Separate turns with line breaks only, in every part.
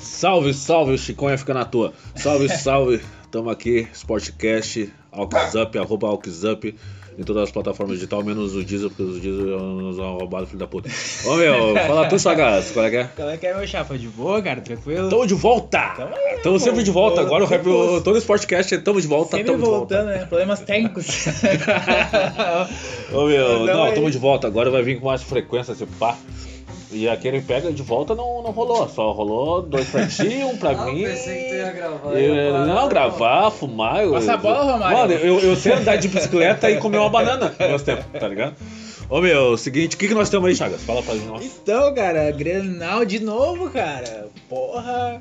Salve, salve, o Chiconha fica na tua. Salve, salve. Tamo aqui, Sportcast, Alquizup, arroba Alquizup, em todas as plataformas digitais, menos o é Diesel, porque os Diesel nos vão um roubado, filho da puta. Ô meu, fala tu, sagaz, qual é que é?
Como é que é, meu chapa? De boa, cara? Tranquilo?
Tamo de volta!
Tamo aí,
Tamo sempre
pô.
de volta, agora o
Tô-
rap, o- todo Sportcast, tamo de volta,
Sempre
tamo de volta.
voltando, né? Problemas técnicos.
Ô meu,
Tamo
não,
aí.
tamo de volta, agora vai vir com mais frequência esse pá. E aquele pega de volta não, não rolou, só rolou dois pra ti, um pra
Ah, eu
mim.
pensei que tu ia gravar.
Eu- não, gravar, fumar. eu-
Passa a bola, Romário.
Mano, eu, eu sei andar de bicicleta e comer uma banana no nosso tempo, tá ligado? Ô meu, seguinte, o que, que nós temos aí, Chagas? Fala pra nós.
então, cara, Grenal de novo, cara. Porra.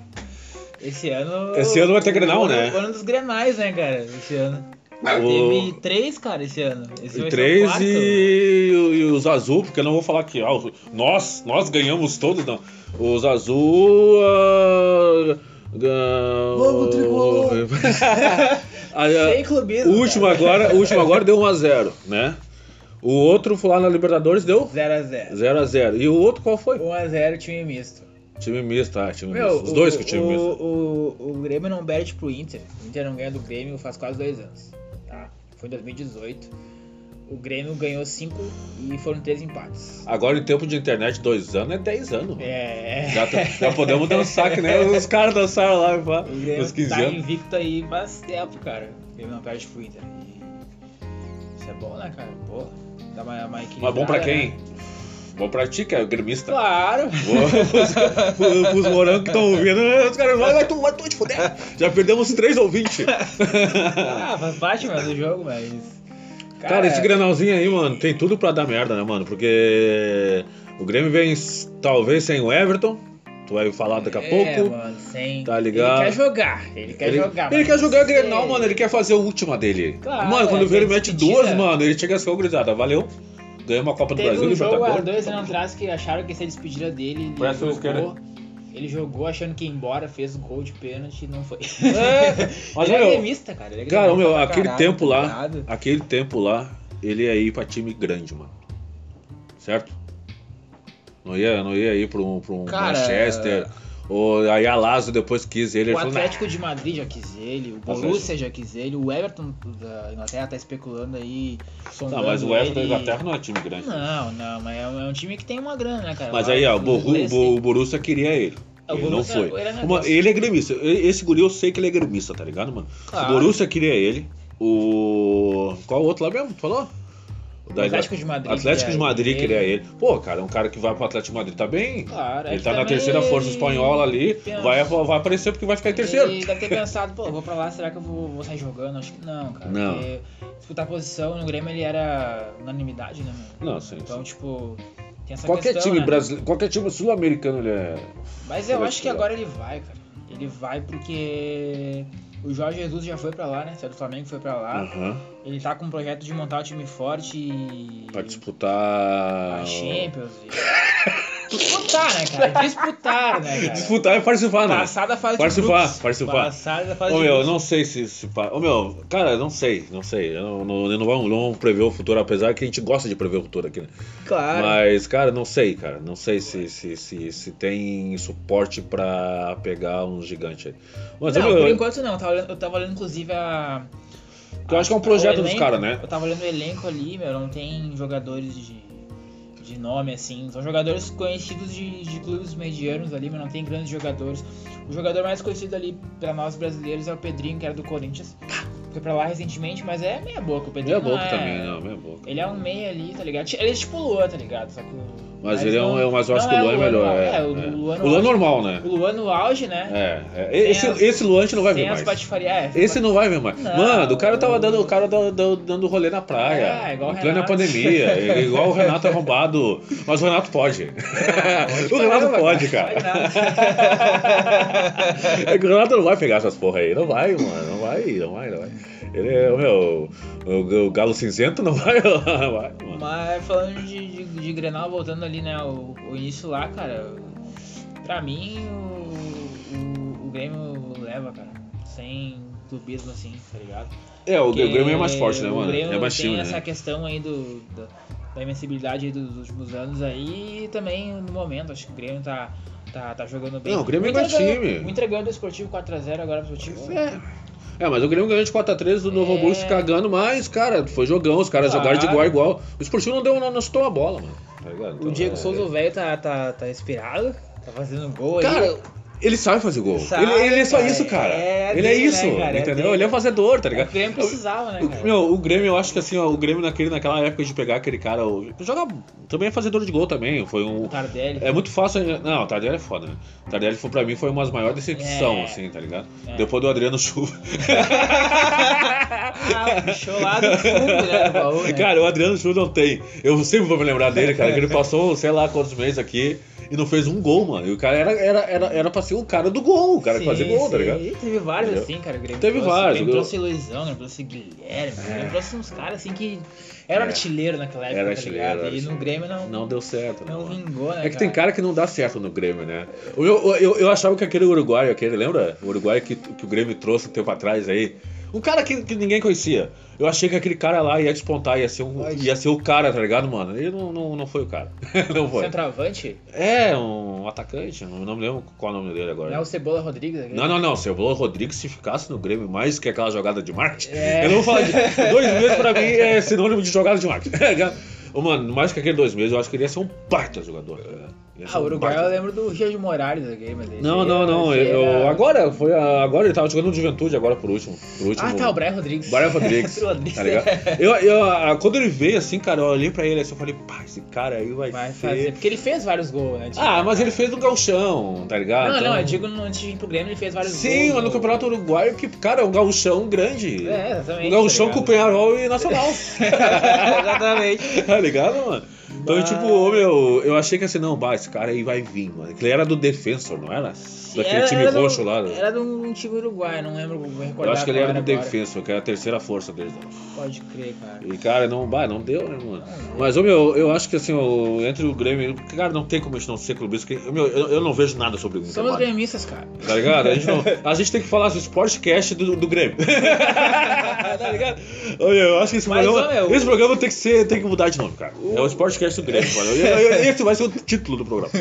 Esse ano.
Esse ano vai ter Grenal,
o ano-
né?
O ano dos Grenais, né, cara? Esse ano.
O-
Teve três, cara, esse ano. Esse
E
vai ser o
três
quarto.
e, e os azul, porque eu não vou falar que ah, os- nós, nós ganhamos todos, não. Os azul. ah, ah,
Vamos, tricolor!
Ah, ah,
Sem clubismo.
o último agora, o último agora deu 1x0, né? O outro foi lá na Libertadores deu
0x0.
0x0. E o outro qual foi?
1x0, time misto.
Time misto, ah, time
Meu,
misto. Os dois
o,
com time
o,
misto.
O, o Grêmio não perde pro Inter. O Inter não ganha do Grêmio faz quase dois anos. Tá? Foi em 2018. O Grêmio ganhou cinco e foram três empates.
Agora em tempo de internet, dois anos é 10 anos. mano.
É.
Já, t- já podemos dançar, que nem os caras dançaram lá, pá,
O Grêmio
nos 15
tá
anos.
invicto aí faz tempo, cara. O Grêmio não perde pro Inter. E Isso é bom, né, cara? Pô, dá uma, uma
Mas bom pra
equilibrada,
quem?
né?
Bom pra ti, que é gremista.
Claro!
Os, os morangos que estão ouvindo, "Ah, os caras vai, vai, tu, vai, tu te fuder. Já perdemos três ouvintes.
ah, faz parte mano, do jogo, mas.
Cara,
é.
esse granalzinho aí, mano, tem tudo pra dar merda, né, mano? Porque o Grêmio vem s- talvez sem o Everton, tu vai falar daqui a
É,
pouco.
mano, sem...
Tá ligado?
Ele quer jogar, ele quer
ele,
jogar.
ele
mas
quer
não
jogar
sei.
Grenal, mano. Ele quer fazer a última dele.
Claro,
mano, quando
é,
vê ele
tem
mete
despedida.
duas, mano, ele chega a ser o grisada. Valeu. Ganhamos a Copa do
Teve
Brasil,
um jogo há
Libertadores.
dois anos atrás que acharam que ia ser despedida dele. Ele
Parece tá o
jogou,
esquerda.
ele jogou achando que ia embora, fez gol de pênalti e não foi.
É, mas,
ele
meu,
é gremista, cara. Ele é
Cara,
gremista
meu,
pra
aquele
caralho,
tempo
tá
lá,
ligado?
aquele tempo lá, ele ia ir pra time grande, mano. Certo? Não ia, não ia ir pra um, pra um
Cara,
Manchester. Ou aí a Lazo depois quis ele.
O
ele falou, "Nah,
Atlético de Madrid já quis ele, o Borussia já quis ele, o Everton da Inglaterra tá especulando aí.
Não,
sondando
mas o Everton da
ele.
Inglaterra não é time grande.
Não, não, mas é um, é um time que tem uma grana, né, cara?
Mas aí, ó, o,
Os
Borru-
ingleses têm-
o Borussia queria ele.
É, o
ele não
Borussia-
foi.
ele é negócio.
Uma- ele é gremista. E- Esse guri eu sei que ele é gremista, tá ligado, mano?
Claro.
O Borussia queria ele. O. Qual o outro lá mesmo? Tu falou? O da-
Atlético de Madrid
Atlético de
queria
Madrid
ele.
queria ele. Pô, cara, é um cara que vai pro Atlético de Madrid tá bem.
Claro, é
ele
que
tá na
também
terceira força espanhola ali.
pensa.
Vai, vai aparecer porque vai ficar em terceiro.
Ele deve ter pensado, pô, vou pra lá, será que eu vou, vou sair jogando? Acho que não, cara.
Não.
Porque disputar posição no Grêmio ele era unanimidade, né, mano?
Não, sim,
Então, tipo, tem essa
Qualquer
questão,
time
né?
brasileiro, qualquer time sul-americano ele é.
Mas eu acho que
brasileiro.
agora ele vai, cara. Ele vai porque o Jorge Jesus já foi pra lá, né? Saiu do Flamengo, foi pra lá.
Aham.
Ele tá com um projeto de montar um time forte e...
Pra disputar.
A Champions. e- disputar, né, cara? Disputar, né, cara?
Disputar e participar, né?
Passada a fase
Participar,
de grupos.
participar.
Passada a fase
Ô
de
meu, eu
grupos.
não sei se. se pa- Ô meu, cara, não sei, não sei. Eu não, não, eu não vamos, não vamos prever o futuro, apesar que a gente gosta de prever o futuro aqui, né?
Claro.
Mas, cara, não sei, cara. Não sei se, se, se, se tem suporte pra pegar um gigante aí. Mas
não,
eu,
por enquanto não. Eu tava olhando, eu tava olhando, inclusive, a.
Que eu acho que é um
a-
projeto
o
dos
elenco.
caras, né?
Eu tava olhando o elenco ali, meu. Não tem jogadores de, de nome, assim. São jogadores conhecidos de, de clubes medianos ali, mas não tem grandes jogadores. O jogador mais conhecido ali pra nós brasileiros é o Pedrinho, que era do Corinthians. Foi pra lá recentemente, mas é meia boca. O Pedrinho
Meia
não
boca
é-
também, não, meia boca.
Ele é um meia ali, tá ligado? Ele é tipo o Luan, tá ligado? Só que o-
Mas ele é um. é um- Mas eu acho
não
que o Luan é melhor.
normal.
É,
É, o Luan
é.
no
O Luan
auge.
normal, né?
O Luan no auge, né?
É, é. Esse,
as-
esse Luan a gente não vai
Sem
ver
as
mais.
patifaria. É,
Esse não vai mesmo mais.
Não.
Mano, o cara tava dando, o cara dando, dando, dando rolê na praia.
É, igual
em
o
plena
Renato.
pandemia. é igual o Renato arrombado. Mas o Renato pode.
É,
o Renato pode, cara. É que o Renato não vai pegar essas porra aí. Não vai, mano. Não vai, não vai, não vai. Ele é o meu. O, o galo cinzento não vai, não vai, mano.
Mas falando de, de, de Grenal, voltando ali, né? O, o início lá, cara. Pra mim, o, o, o Grêmio leva, cara. Sem clubismo, assim, tá ligado?
É, o,
Porque
Grêmio é mais forte, né,
o
mano?
Grêmio
É mais time,
tem
né?
essa questão aí do, da, da invencibilidade aí dos últimos anos aí e também no momento. Acho que o Grêmio tá, Tá, tá jogando bem.
Não, o Grêmio é
Inter
meu
ganhou-
time.
O Inter ganhou do Esportivo 4x0 agora pro Esportivo.
É, mas o Grêmio ganhou de 4x3 do Novo
É.
Hamburgo se cagando, mas, cara, foi jogão, os caras
Claro.
jogaram de igual a igual. O Esportivo não deu, não, não chutou a bola, mano. Tá ligado?
O
Então,
Diego
é-
Souza, o velho, tá, tá, tá inspirado. Tá fazendo gol aí. Tá
Cara, ele sabe fazer gol.
Sabe,
ele, ele é só
cara,
isso, cara.
é
ele é
dele,
isso,
né, cara, é
entendeu?
dele.
ele é um fazedor, tá ligado?
O Grêmio precisava, né,
O-
cara?
Meu, o Grêmio, eu acho que assim, ó, o Grêmio naquele, naquela época de pegar aquele cara, o, joga, também é fazedor de gol também, foi um...
O Tardelli.
É muito fácil, né? não, o Tardelli é foda, né? O Tardelli foi, pra mim foi uma das maiores decepções,
É.
assim, tá ligado?
É.
Depois do Adriano Chuva.
Ah, puxou lá do fundo, né, do baú, né?
Cara, o Adriano Chu não tem. Eu sempre vou me lembrar dele, cara, que ele passou sei lá quantos meses aqui e não fez um gol, mano. E o cara era, era, era, era pra ser o cara do gol, o cara que
Sim,
fazia gol, tá
sim.
ligado?
E teve vários
Entendeu?
assim, cara. o Grêmio
Teve
trouxe,
vários,
O Grêmio
eu-
trouxe Luizão, o Grêmio trouxe Guilherme, o Grêmio trouxe uns caras assim que era
É.
artilheiro naquela época,
Era
tá
artilheiro,
ligado?
era
E no
artilheiro.
Grêmio não, não,
Não deu certo, né, mano?
vingou, né?
É que tem cara que não dá certo no Grêmio, né? Eu, eu, eu, eu achava que aquele uruguaio, aquele, lembra? O uruguaio que, que o Grêmio trouxe um tempo atrás aí. Um cara que, que ninguém conhecia. Eu achei que aquele cara lá ia despontar, ia ser, um, ia ser o cara, tá ligado, mano? Ele não, não, não foi o cara. não foi.
Centroavante?
É, um atacante, não não me lembro qual é o nome dele agora.
Não é o Cebola Rodrigues? aquele?
Não, não, não. Se o Bruno Rodrigues se ficasse no Grêmio mais que aquela jogada de marketing,
É.
eu não vou falar de. Dois meses pra mim é sinônimo de jogada de marketing. Tá Ô, Mano, mais que aquele dois meses, eu acho que ele ia ser um baita jogador. cara. Ia ser
Ah,
um
o Uruguai é eu
baita.
lembro do Rio de Moraes aquele, mas esse
Não,
aí
não,
era-
não.
esse
eu-
era-
agora, foi a- agora ele tava jogando no Juventude, agora por último. Por último
Ah, tá, o Brian Rodrigues.
Brian Rodrigues.
Brian Rodrigues.
tá ligado? Eu, eu- a- quando ele veio assim, cara, eu olhei pra ele assim, eu falei, pá, esse cara aí vai,
Vai
ser.
fazer. Porque ele fez vários gols, né?
Ah, mas ele fez no galchão, tá ligado?
Não, não,
Então-
eu digo no- antes de ir pro Grêmio ele fez vários gols.
Sim, mas no Campeonato Uruguaio, que, cara, é um gauchão grande.
É, exatamente.
Um gauchão
tá
com o
ligado?
Penharol e Nacional.
Exatamente.
tá ligado, mano? Então,
Mas-
tipo, ô, meu, eu achei que assim, não, bah, esse cara aí vai vir, mano. Ele era do Defensor, não era? Daquele
Era-
time
era de um-
roxo lá. né?
Era de um time uruguaio, não lembro, vou recordar.
Eu acho que ele
qual
era do
agora.
Defensor, que era a terceira força deles. né?
Pode crer, cara.
E, cara, não, bah, não deu, né, mano? Mas, ô, meu, eu acho que assim, ô, entre o Grêmio. Cara, não tem como a gente não ser clubista. porque, Meu, eu, eu não vejo nada sobre o Grêmio.
Somos gremistas, cara.
Tá ligado? A gente, não- a gente tem que falar do Sportcast do, do Grêmio.
Ah,
tá ligado? Ô, meu, eu acho que esse
Mas,
programa,
ô, meu,
esse programa tem, que ser, tem que mudar de nome, cara. É o Sportcast do Grêmio, mano. Eu- eu- esse vai ser o título do programa.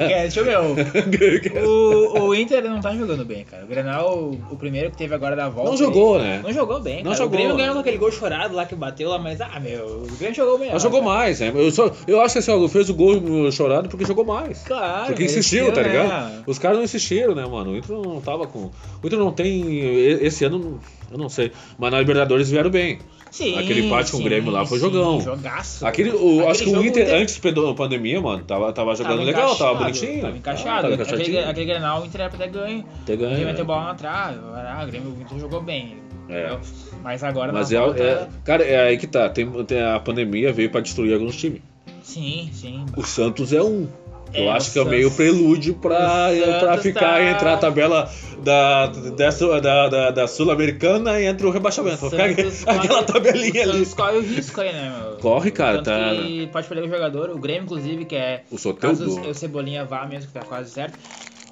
É, Deixa eu ver. O, o Inter não tá jogando bem, cara. O Grenal, o primeiro que teve agora da volta.
Não jogou,
ele-
né?
Não jogou bem.
Não
cara.
jogou. né?
O Grêmio ganhou com aquele gol chorado lá que bateu lá, mas ah, meu, o Grêmio jogou melhor.
Mas jogou
cara.
mais, né? Eu, só, eu acho que assim, ó, fez o gol chorado porque jogou mais.
Claro.
Porque insistiu, tá
mereceu, né?
ligado? Os caras não insistiram, né, mano? O Inter não tava com. O Inter não tem. e- Esse ano, eu não sei. Mas na Libertadores vieram bem.
Sim.
Aquele empate com o Grêmio lá foi
sim, um
jogão.
Jogaço.
Aquele, o-
Aquele
acho que o
jogo
Inter,
Inter-
antes da pandemia, mano, tava, tava jogando legal, tava
encaixado,
bonitinho.
Tava
Ah,
encaixado.
tava
aquele,
encaixadinho.
aquele Grenal, o Inter era pra ter ganho.
Ter ganho,
O Grêmio
né?
meteu bola na trave. Ah, o Grêmio o Inter jogou bem.
É.
entendeu? Mas agora
Mas
na
é,
volta-
é- cara, é aí que tá. Tem, tem- a pandemia veio pra destruir alguns times.
Sim, sim.
O Santos é um. Eu
É,
acho
o
que é meio
Santos-
prelúdio pra,
o Santos
pra ficar
tá-
entrar a tabela da, dessa- da, da, da Sul-Americana e entra o rebaixamento. Vai ficar Tá aquela
corre-
tabelinha
o
ali.
Santos corre o risco aí, né, meu?
Corre, cara,
Tanto
tá-
que pode perder o jogador. O Grêmio, inclusive, que é.
O Soteldo?
Caso o Cebolinha vá mesmo, que tá quase certo.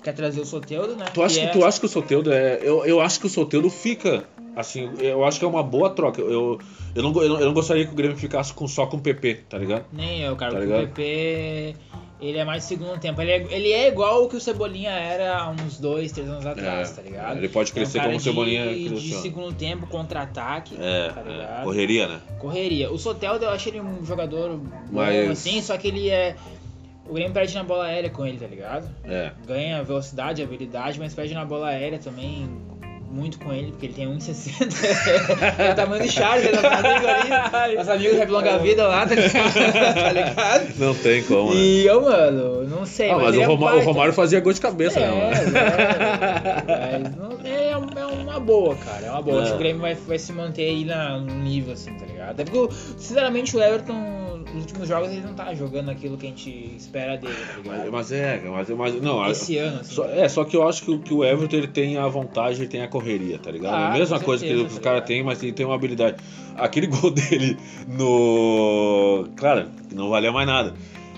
Quer trazer o Soteudo, né?
Tu acha,
é-
que, tu acha que o Soteudo é. Eu, eu acho que o Soteudo fica. Assim, eu acho que é uma boa troca. Eu, eu, não, go- eu, não, eu não gostaria que o Grêmio ficasse com, só com o PP, tá ligado?
Nem eu, cara.
Tá
porque
ligado?
o PP. Ele é mais segundo tempo. Ele é, ele é igual o que o Cebolinha era há uns dois, três anos atrás,
É,
tá ligado?
ele pode crescer
cara
como o Cebolinha
de, de
cresceu.
segundo tempo, contra-ataque, tá ligado?
É, correria, né?
Correria. O Soteldo eu acho ele um jogador
Mas-
bom, assim, só que ele é. O Grêmio perde na bola aérea com ele, tá ligado?
É.
Ganha velocidade, habilidade, mas perde na bola aérea também muito com ele, porque ele tem 1,60. é o tamanho do Charles, é nosso amigo ali. Nosso amigo Rap Longa Vida lá, tá ligado? tá ligado?
Não tem como, né?
E eu, mano, não sei.
Ah, mas
ele
o,
é
Roma- o
baita.
Romário fazia gol de cabeça,
É,
né, mano?
é, mas não- é, um- é uma boa, cara. É uma boa.
É.
Acho que o Grêmio vai, vai se manter aí na, no nível, assim, tá ligado? Até porque, o- sinceramente, o Everton, nos últimos jogos, ele não tá jogando aquilo que a gente espera dele, tá
Mas,
ligado?
mas é, mas, mas não.
Esse ano, assim.
só- é, só que eu acho que, o- que o Everton ele tem a vontade, ele tem a correria, tá ligado?
Ah,
é a mesma
com
coisa que
certeza,
os
tá
caras
ligado?
têm, mas ele tem uma habilidade. Aquele gol dele no. Claro, não valia mais nada.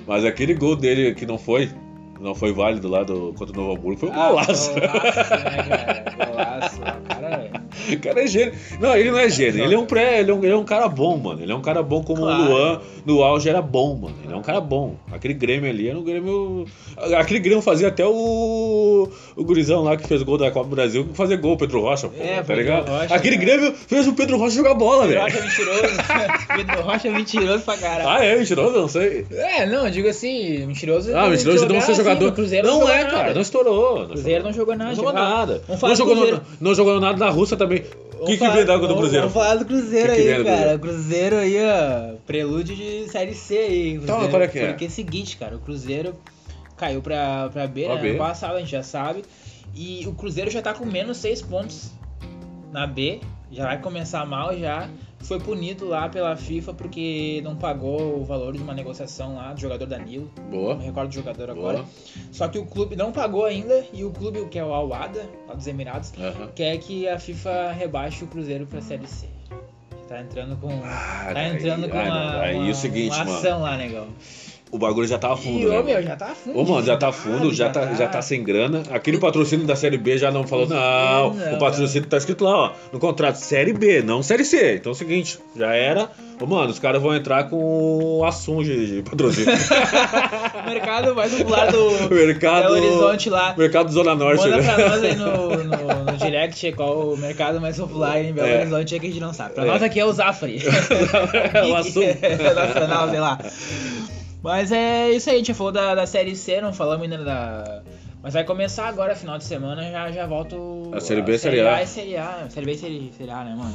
Mas aquele gol dele que não foi, Não foi válido lá do, contra o Novo Hamburgo. Foi um
Ah,
golaço.
Golaço, né, cara? Golaço. O cara
O cara é gênio. Não, ele não é gênio. Ele é um pré, ele é um, ele é um cara bom, mano. Ele é um cara bom como
Claro.
o Luan no auge era bom, mano. Ele é um cara bom. Aquele Grêmio ali era um Grêmio. Aquele Grêmio fazia até o. O Gurizão lá que fez gol da Copa do Brasil fazer gol, o Pedro Rocha, pô,
É,
tá
Pedro
ligado?
Rocha,
Aquele
cara.
Grêmio fez o Pedro Rocha jogar bola,
Pedro
velho.
Rocha é mentiroso. Pedro Rocha é mentiroso pra caralho.
Ah, é, mentiroso? Não sei.
É, não, eu digo assim, mentiroso.
Ah, mentiroso não
jogar
ser
assim,
jogador.
o Cruzeiro
não,
não,
é,
jogou
cara.
nada.
Não estourou. Não
O Cruzeiro não jogou nada. Ah, tipo,
Não jogou
Vamos-
nada.
Vamos falar
Não
do
jogou,
Cruzeiro.
no- não jogou nada na Rússia também. O
Vamos
que, que
falar-
vem da água do
vamos-
Cruzeiro?
Vamos falar do Cruzeiro
Que que vem
aí,
do
cara. O Cruzeiro aí, ó. Prelúdio de Série C aí. o
Então,
Cruzeiro.
qual é que é?
Porque é o seguinte, cara. O Cruzeiro caiu pra, pra B,
Pra
né?
B.
Ano passado, a gente já sabe. E o Cruzeiro já tá com menos 6 pontos na B. Já vai começar mal já. Foi punido lá pela FIFA porque não pagou o valor de uma negociação lá do jogador Danilo. Não
Boa.
me recordo do jogador agora.
Boa.
Só que o clube não pagou ainda e o clube, o que é o Al Wada, lá dos Emirados,
Aham.
quer que a FIFA rebaixe o Cruzeiro pra Série C. Tá entrando com.
Ah,
tá entrando
aí-
com
ah,
uma,
não, aí
uma-
é o seguinte,
uma
mano.
ação lá, negão.
O bagulho já tá fundo,
e,
né?
ô, meu,
mano?
já tá fundo.
Ô, mano, já tá fundo, já tá, já tá sem grana. Aquele patrocínio da Série B já não falou, não.
Não,
O patrocínio tá escrito lá, ó, no contrato Série B, não Série C. Então é o seguinte, já era. Ô, mano, os caras vão entrar com a Sun de de patrocínio.
O mercado vai popular do
mercado.
Belo Horizonte lá.
Mercado Zona Norte.
Manda
né?
pra nós aí no, no, no direct qual o mercado mais popular em Belo
É.
Horizonte é que a gente não sabe. Pra
É.
nós aqui é o Zafre.
o assunto.
Nacional, sei lá. Mas é isso aí, a gente falou da, da Série C, não falamos ainda da... Mas vai começar agora, final de semana, já, já volta o-
A Série B e a Série A.
e Série A. né? Série B e Série, série A, né, mano?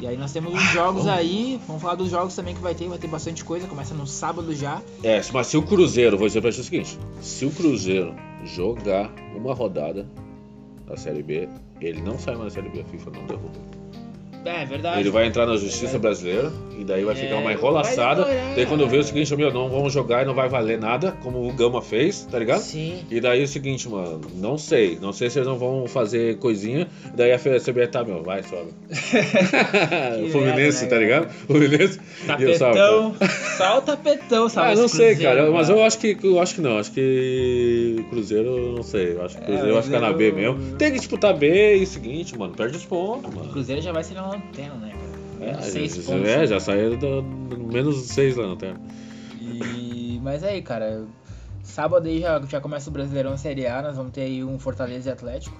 E aí nós temos os jogos
Ah,
aí, vamos falar dos jogos também que vai ter, vai ter bastante coisa, começa no sábado já.
É, mas se o Cruzeiro, vou dizer pra ti o seguinte: se o Cruzeiro jogar uma rodada da Série B, ele não sai mais da Série B, a FIFA não derruba.
É, é verdade.
Ele vai entrar na justiça brasileira e daí vai
É,
ficar uma
vai
enrolaçada.
demorar.
daí quando vê o seguinte, meu, não vamos jogar e não vai valer nada, como o Gama fez, tá ligado?
Sim.
E daí é o seguinte, mano, não sei, não sei se eles não vão fazer coisinha, daí a CBF tá, meu, vai, sobe.
merda,
Fluminense,
né,
tá ligado? Fluminense. E eu, sabe,
Tapetão, só o tapetão, sabe?
Ah,
esse
não sei,
Cruzeiro,
cara. Mas eu acho que eu acho que não. Acho que Cruzeiro, não sei. Eu acho que
É,
Cruzeiro vai ficar na B
Cruzeiro-
mesmo. Tem que disputar B e o seguinte, mano, perde os pontos,
O
mano.
Cruzeiro já vai ser na lanterna, né, cara?
É,
Menos seis
já,
pontos. né?
é, já saiu do, menos seis lá na terra.
E... Mas aí, cara, sábado aí já, já começa o Brasileirão Série A, nós vamos ter aí um Fortaleza e Atlético.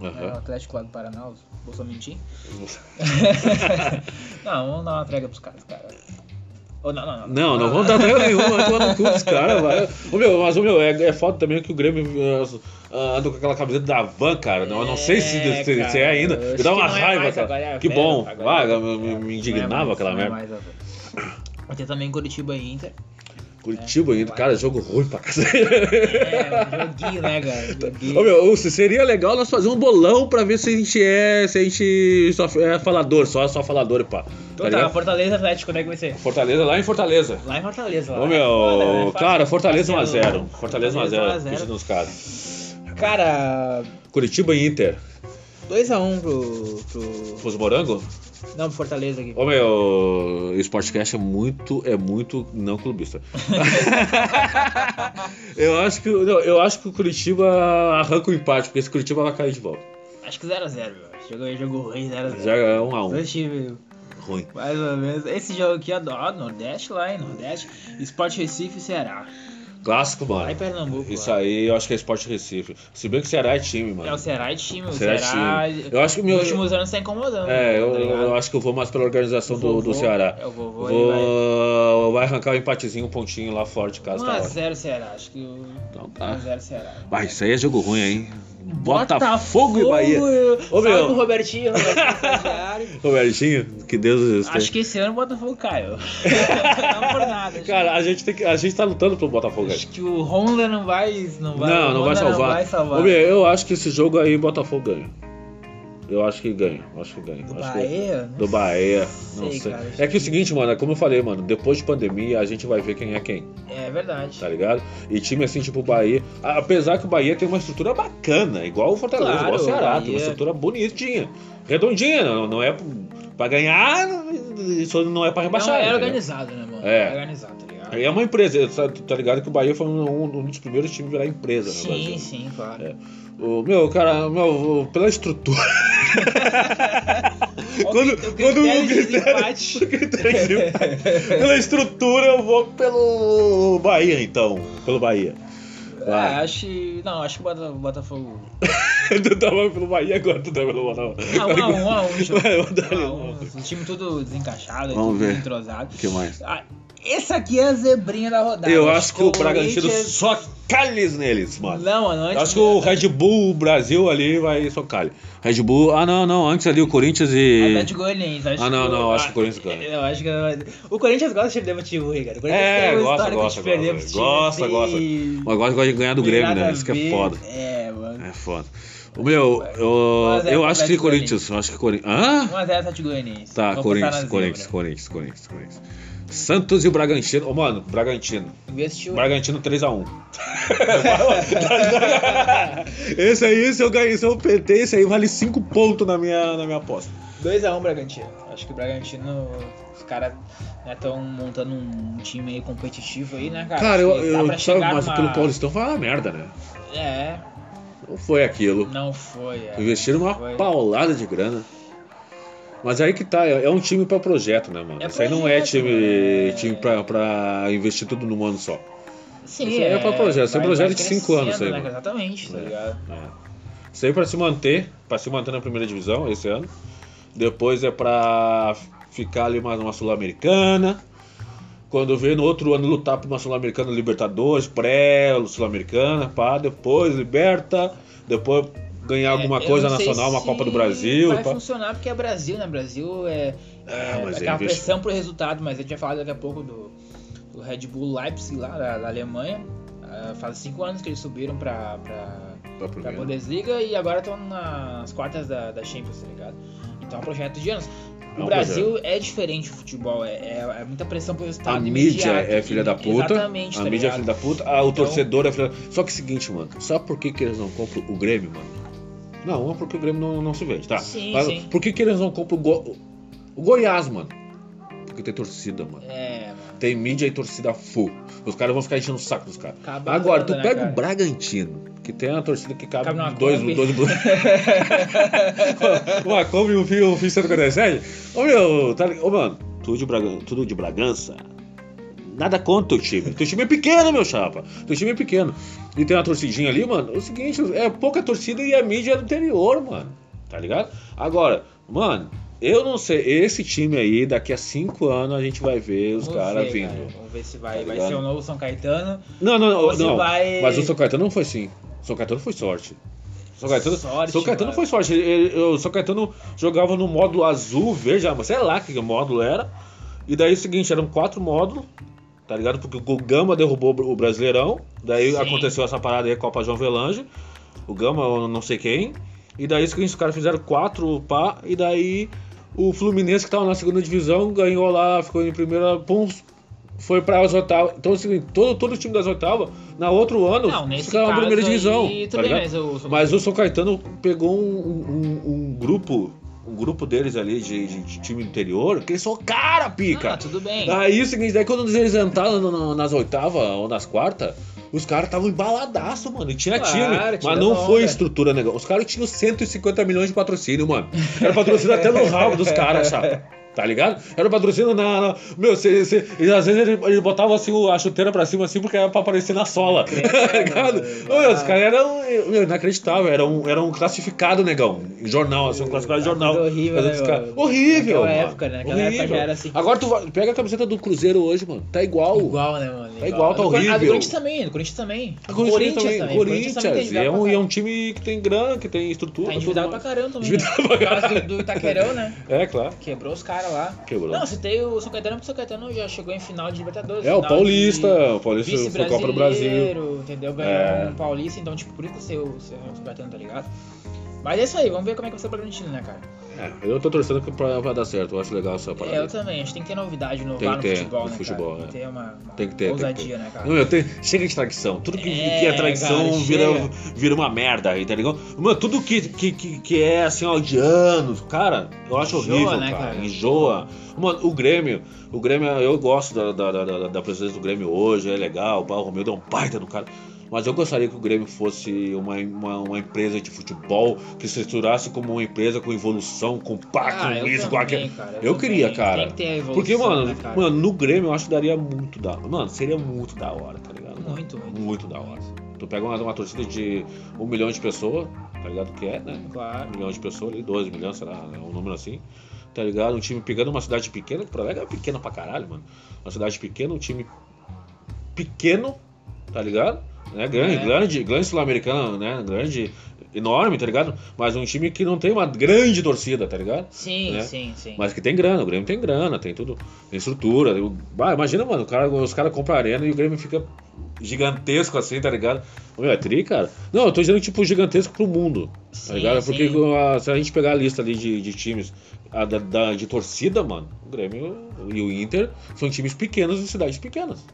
né, o
Aham.
Atlético lá do Paraná, os Bolsominitim. não, vamos dar uma entrega pros caras, cara. Ou não, não, não.
Não, não vamos dar trela nenhuma, vai tomar no cu dos caras, vai. Ô, meu, mas, ô, meu, é, é foda também que o Grêmio ah, anda com aquela camiseta da van, cara. Não, eu não sei se, se-
É,
se é
cara,
ainda.
eu
Me
acho
dá uma
que não é
raiva,
mais
cara.
agora, é
que
velho,
bom.
agora
Vai, me,
é-
me- me
não é
indignava
mais,
aquela
não é
merda.
mais agora. Vai ter também Curitiba e Inter.
Curitiba ainda, cara, jogo ruim pra cacete.
É, um joguinho, né, cara? Joguinho.
Ô, meu, ô, se- seria legal nós fazer um bolão pra ver se a gente é. Se a gente só é falador, só, só falador, pá. Tá
Então tá,
ligado?
Fortaleza Atlético, como é que vai ser?
Fortaleza lá em Fortaleza.
Lá em Fortaleza, lá.
Ô
É foda, né?
meu,
Fácil.
cara, Fortaleza
Fácil.
1x0. Fortaleza 1x0.
1x0.
Pedindo nos caras.
Cara,
Curitiba e Inter.
2x1 pro, pro.
Os morango?
Não, pro Fortaleza aqui.
Ô meu, esse podcast é muito, é muito não clubista. eu, acho que, não, eu acho que o Curitiba arranca o empate, porque esse Curitiba vai cair de volta.
Acho que 0x0, meu. Jogou, jogou ruim, 0x0.
Já é 1x1.
Dois times,
Ruim.
mais ou menos. Esse jogo aqui, ó, do- ó, Nordeste lá, hein? Nordeste. Sport Recife e Ceará.
Clássico, mano.
Lá em Pernambuco.
Isso
ó.
aí eu acho que é Sport Recife. Se bem que o Ceará é time, mano.
É o Ceará e time, o
Ceará
Ceará.
é time. Eu acho que o meu-
Nos últimos anos tá incomodando.
É, eu,
tá
eu-
ligado?
eu acho que eu vou mais pela organização do, do
Vovô-
Ceará.
É o vovô, ele vai.
Vou... Vai arrancar um empatezinho, um pontinho lá fora de casa. Tá ótimo.
1x0 Ceará, acho que o.
Então tá.
1x0 Ceará.
Vai, isso aí é jogo ruim, hein? Botafogo e Bahia. Ô,
Ô,
meu.
meu. Robertinho, Robertinho Estagiário.
Robertinho, que Deus os
Acho que esse ano o Botafogo caiu. não por nada. acho
Cara, a gente, tem que... a gente tá lutando pro Botafogo
que-
aí.
acho que o Honda não vai. Não, vai,
não,
o
não
Honda
vai salvar.
Não vai salvar.
Ô, meu, eu acho que esse jogo aí o Botafogo ganha. Eu acho que ganha, eu acho que ganha.
Do
acho que-
Bahia?
Do Bahia, não sei.
Sei, cara.
É que é o seguinte, mano, é como eu falei, mano, depois de pandemia a gente vai ver quem é quem,
É verdade.
tá ligado? E time assim, tipo o Bahia, a- apesar que o Bahia tem uma estrutura bacana, igual o Fortaleza,
Claro,
igual o Ceará,
o
tem uma
Bahia-
estrutura bonitinha, redondinha, não, não é p- pra ganhar, não- isso não é pra
não,
rebaixar.
é
entendeu?
organizado, né, mano?
É.
organizado, tá ligado?
Aí é uma empresa, tá, tá ligado que o Bahia foi um, um dos primeiros times a virar empresa no
Sim,
Brasil.
sim, claro.
É. O, meu, cara, meu, pela estrutura.
Ó,
Quando-
o
quando o
critério
critério-
de desempate.
que tá em
É,
cima. pela estrutura, eu vou pelo Bahia, então. Pelo Bahia.
Ah,
Vai.
acho. Não, acho que o Bota- o Botafogo.
tu tava pelo Bahia agora, tu tava pelo Botafogo.
Ah, um a um, um a um, jogo.
Vai, vou dar
Um a
um.
um, O time todo desencaixado,
Vamos
tudo
ver.
entrosado.
O que mais?
Ah, essa aqui é a zebrinha da rodada.
Eu acho que o Bragantino
Corinthians-
só calhes neles, mano.
Não, mano,
Eu
antes.
acho que o Red Bull Brasil ali vai só calhe. Red Bull, ah não, não, antes ali o Corinthians e.
Atlético Goianiense, acho
Ah, não,
que
não, acho que o Corinthians ganha.
Eu acho que o Corinthians gosta de perder pro time ruim, cara. O Corinthians
É,
tem um
gosta,
histórico
gosta,
de perder
gosta.
pro time
Gosta, gosta.
assim,
Mas agora gosta de ganhar do
não tem
Grêmio,
nada
né?
a
Isso que
ver.
é foda.
É, mano.
É foda. O meu, eu,
Mas é,
eu acho que
Atlético
Corinthians, eu acho que Corinthians. Hã?
1x0 Atlético Goianiense.
Tá,
Vamos passar
Corinthians,
na
Corinthians,
zebra.
Corinthians, Corinthians, Corinthians. Santos e o Bragantino. Ô, mano, Bragantino.
Investiu.
Bragantino 3x1. esse aí, se eu ganhei, se eu pentei, esse aí vale 5 pontos na minha, na minha aposta.
2x1 Bragantino. Acho que o Bragantino, os caras estão montando um time meio competitivo aí, né, cara?
Cara, eu,
Acho que dá
eu
pra
sabe,
chegar
mas
numa-
pelo Paulistão foi uma merda, né?
É,
Não foi aquilo.
não foi. É.
Investiram uma
Foi.
paulada de grana. Mas aí que tá, é é um time pra projeto, né, mano?
É
Isso aí não é
projeto,
time,
né?
time pra, pra investir tudo num ano só.
Sim,
Isso aí é pra projeto, isso é
vai-
projeto
vai
de cinco anos,
crescendo,
isso aí,
né, Exatamente, tá
É.
ligado?
É. Isso aí pra se manter, pra se manter na primeira divisão esse ano. Depois é pra ficar ali mais uma Sul-Americana. Quando vem no outro ano lutar por uma Sul-Americana Libertadores, pré-Sul-Americana, pá, depois liberta, depois ganhar alguma
É, eu
coisa
não sei
nacional, uma
se
Copa do Brasil,
Vai
pá.
funcionar porque é Brasil, né? Brasil é,
É,
é,
mas é
aquela
investi-
pressão pro resultado, mas a gente vai falar daqui a pouco do, do Red Bull Leipzig lá da, da Alemanha. Ah, faz cinco anos que eles subiram pra, pra,
Pra
pra
primeira.
Bundesliga e agora estão nas quartas da, da Champions, tá ligado? Então é um projeto de anos.
É
O
um
Brasil é diferente o futebol, é, é- é muita pressão pro
A
resultado.
mídia
imediato,
é filha da puta.
Exatamente,
a
tá
mídia é
ligado?
filha da puta. Ah, o
Então-
torcedor é filha da... Só que é o seguinte, mano. Sabe por que, que eles não compram o Grêmio, mano? Não, é porque o Grêmio não, não se vende, tá?
Sim,
Mas
sim.
por que, que eles não compram o, Go- o Goiás, mano? Porque tem torcida, mano.
É, mano.
Tem mídia e torcida full. Os caras vão ficar enchendo o saco dos caras.
Acaba
Agora,
nada,
tu
né,
pega
cara?
o Bragantino, que tem uma torcida que cabe,
Cabe numa
dois,
Kombi.
dois blocos. uma Kombi e um Fio um Fio 147. Ô meu, tá, li- ô, mano, tudo de, Bragan- tudo de Bragança. Nada contra o time. Teu time é pequeno, meu chapa. Teu time é pequeno. E tem uma torcidinha ali, mano. É o seguinte, é pouca torcida e a mídia é do interior, mano. Tá ligado? Agora, mano, eu não sei. Esse time aí, daqui a cinco anos, a gente vai ver os
Vamos
caras
ver, cara.
vindo.
Vamos ver se vai,
Tá
vai
ligado?
ser o novo São Caetano.
Não, não, não.
Você
não.
vai-
Mas o São Caetano não foi assim. O São Caetano foi sorte. O São Caetano,
Sorte,
São Caetano
mano.
foi sorte. Ele- ele- o São Caetano jogava no módulo azul, verde, ah, mas sei lá que módulo era. E daí é o seguinte, eram quatro módulos, tá ligado? Porque o Gama derrubou o Brasileirão. Daí
Sim.
aconteceu essa parada aí, Copa João Velange. O Gama, eu não sei quem. E daí é o seguinte, os caras fizeram quatro pá. E daí o Fluminense, que tava na segunda divisão, ganhou lá, ficou em primeira, pum, foi para as oitavas. Então, assim, todo, todo o time das oitavas, na outro ano,
Não, nesse
ficava na
caso
primeira
aí,
divisão.
tudo
tá
bem,
ligado?
mas o São
Mas o São Caetano pegou um, um- um- um grupo, um grupo deles ali de, de- de time interior, que eles são cara
Ah,
pica.
tudo bem.
Aí o seguinte, daí quando eles entraram no- no- nas oitavas ou nas quartas, os caras estavam embaladaço, mano. E tinha
Claro, né?
time.
tira
Mas não
onda.
foi estrutura, negão. Os caras tinham 150 milhões de patrocínio, mano. Era patrocínio até no rabo dos caras, chapa. Tá ligado? Era patrocínio na. na- meu, cê, cê- e às vezes ele, ele botava assim o- a chuteira pra cima assim porque era pra aparecer na sola. tá ligado?
mano.
Meu, os caras eram. Meu, inacreditável. Era um, era um classificado, negão. Em jornal, assim, um classificado de jornal.
Coisa horrível,
Mas os
né,
caras-
mano?
horrível.
Naquela
mano.
época, né? Naquela época
Horrível.
já era assim.
Agora tu vai- pega a camiseta do Cruzeiro hoje, mano. Tá igual.
Igual, né, mano?
Tá igual, tá
A do Cor- A do
horrível.
Corinthians também, do Corinthians também.
A
O
Corinthians também.
Corinthians também
Corinthians.
tem
E é, um, e é um
endividado
time que tem grana, que tem
pra
estrutura.
caramba. Tá endividado pra
tudo
caramba também.
Endividado pra
né?
caramba.
Do- Do Itaquerão, né?
mais. É, claro.
Quebrou os caras lá.
Quebrou.
Não, citei o São Caetano, porque o São Caetano já chegou em final de Libertadores.
É, o
final
Paulista. O
de
Paulista foi Copa do Brasil.
vice-brasileiro, Entendeu?
É.
Ganhou um o é Paulista, então, tipo, por isso que o seu, seu São Caetano, tá ligado? Mas é isso aí, vamos ver como é que vai ser o Bragantino, né, cara?
É, eu tô torcendo que pra, pra dar certo, eu acho legal essa parada.
É, eu também. A gente tem que ter novidade, inovar
Tem que
no
ter,
futebol,
no
né,
futebol,
cara?
é.
Tem que ter uma, uma
Tem que ter. tem que
ousadia,
ter.
né, cara?
Não, eu tenho- Chega de tradição. Tudo que,
É,
que é tradição
cara,
vira,
chega.
vira uma merda aí, tá ligado? Mano, tudo que, que, que, que é assim, ó, de anos, cara, eu acho
Enjoa,
horrível,
né,
cara.
cara?
Enjoa. Mano, o Grêmio, o Grêmio, eu gosto da, da, da, da- da presença do Grêmio hoje, é legal, o Paulo Romeu deu um baita no cara. Mas eu gostaria que o Grêmio fosse uma, uma, uma empresa de futebol que se estruturasse como uma empresa com evolução, com pá,
Ah,
com
eu
isso, com
também,
aquilo.
cara,
Eu queria,
também.
cara.
Tem que ter a evolução,
Porque, mano,
né, cara?
mano, no Grêmio eu acho que daria muito da hora. Mano, seria muito da hora, tá ligado? mano?
Muito, muito.
Muito da hora. Tu pega uma, uma torcida de um milhão de pessoas, tá ligado? Que é, né? Um
Claro.
milhão de pessoas ali, 12 milhões, sei lá, é um número assim. Tá ligado? Um time pegando uma cidade pequena, que Porto Alegre é pequena pra caralho, mano. Uma cidade pequena, um time pequeno, tá ligado? Né? Grande,
É.
grande, grande sul-americano, né? Grande, enorme, tá ligado? Mas um time que não tem uma grande torcida, tá ligado?
Sim,
Né?
sim, sim.
Mas que tem grana, o Grêmio tem grana, tem tudo, tem estrutura. tem o- Bah, imagina, mano, o cara, os caras compram a arena e o Grêmio fica gigantesco assim, tá ligado? Ô, Meu, é tri, cara. Não, eu tô dizendo tipo gigantesco pro mundo, tá
Sim,
ligado? Porque
sim.
a- se a gente pegar a lista ali de, de times a da- da- de torcida, mano, o Grêmio e o Inter são times pequenos em cidades pequenas.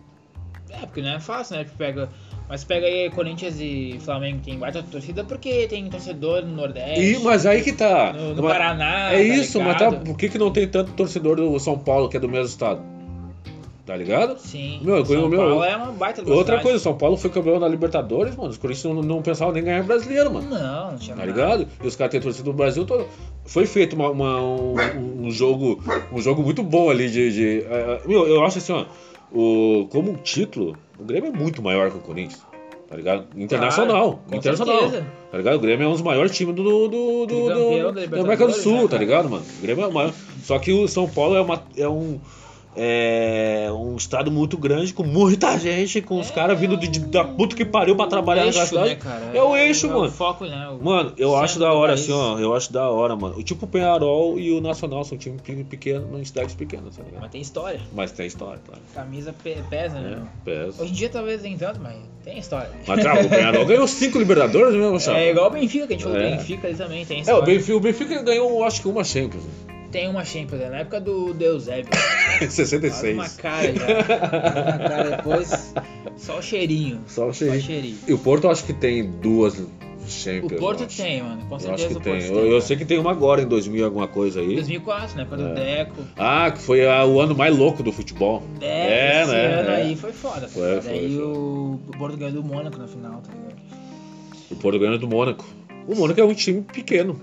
É, porque não é fácil, né? Tu pega... Mas pega aí Corinthians e Flamengo, tem baita torcida porque tem torcedor no Nordeste,
E, mas aí que tá.
É, no, no
Mas-
Paraná,
é isso,
tá
mas tá,
ligado?
por que, que não tem tanto torcedor do São Paulo que é do mesmo estado? Tá ligado?
Sim,
Meu, eu conheço-
São
meu,
Paulo é uma baita
Outra
velocidade.
coisa, São Paulo foi campeão da Libertadores, mano. Os Corinthians não, não pensavam nem ganhar brasileiro, mano.
Não, não tinha
Tá
nada.
ligado? E os caras têm torcido do Brasil todo. Foi feito uma- uma- um, um jogo, um jogo muito bom ali de. de- eh, eh, meu, eu acho assim, ó. O, como título, o Grêmio é muito maior que o Corinthians. Tá ligado? Internacional.
com
internacional.
certeza.
Tá ligado? O Grêmio é um dos maiores times do, do, do, do-
Tricampeão
do-
da
da América do
Libertadores,
Sul,
né,
tá
cara?
ligado, mano? O Grêmio é o maior. Só que o São Paulo é, uma, é um. É um estado muito grande, com muita gente, com os caras vindo de, de- da puta que pariu pra trabalhar
eixo,
na cidade.
É, né, cara?
É o eixo,
é
mano.
O foco, né? O
Mano, eu acho
centro
da
do
hora,
país.
assim, ó. Eu acho da hora, mano. O tipo o Penharol e o Nacional são times pe- pequenos, em cidades pequenas, tá ligado?
Mas tem história.
Mas tem história, claro.
Camisa pe- pesa,
É,
né?
pesa.
Hoje em dia talvez nem tanto, mas tem história.
Mas tá, o Penharol ganhou cinco Libertadores mesmo, sabe?
É igual o Benfica, que a gente falou
É.
do Benfica né? ali também, tem
É,
história.
o Benfica, o Benfica ganhou, acho que uma Champions. né?
Tem uma Champions, né? na época do Deusébio. Olha uma
66.
cara já. Olha uma cara depois, só o cheirinho.
Só o
Só o
cheirinho.
cheirinho.
E o Porto acho que tem duas
O
Champions.
Porto
eu acho.
tem, mano.
Eu
Com
acho
certeza
que
o Porto
tem.
tem. né?
Eu, eu
cara.
sei É. que tem uma agora em 2000 alguma coisa aí.
2004, né? Quando o Deco.
Ah, que foi ah, o ano mais louco do futebol.
Deco, É, esse ano aí foi foda.
É, né, Foi,
cara.
foi,
Aí
foi.
o o Porto ganhou do Mônaco na final, tá ligado?
O Porto ganhou do Mônaco. O Mônaco é um time pequeno.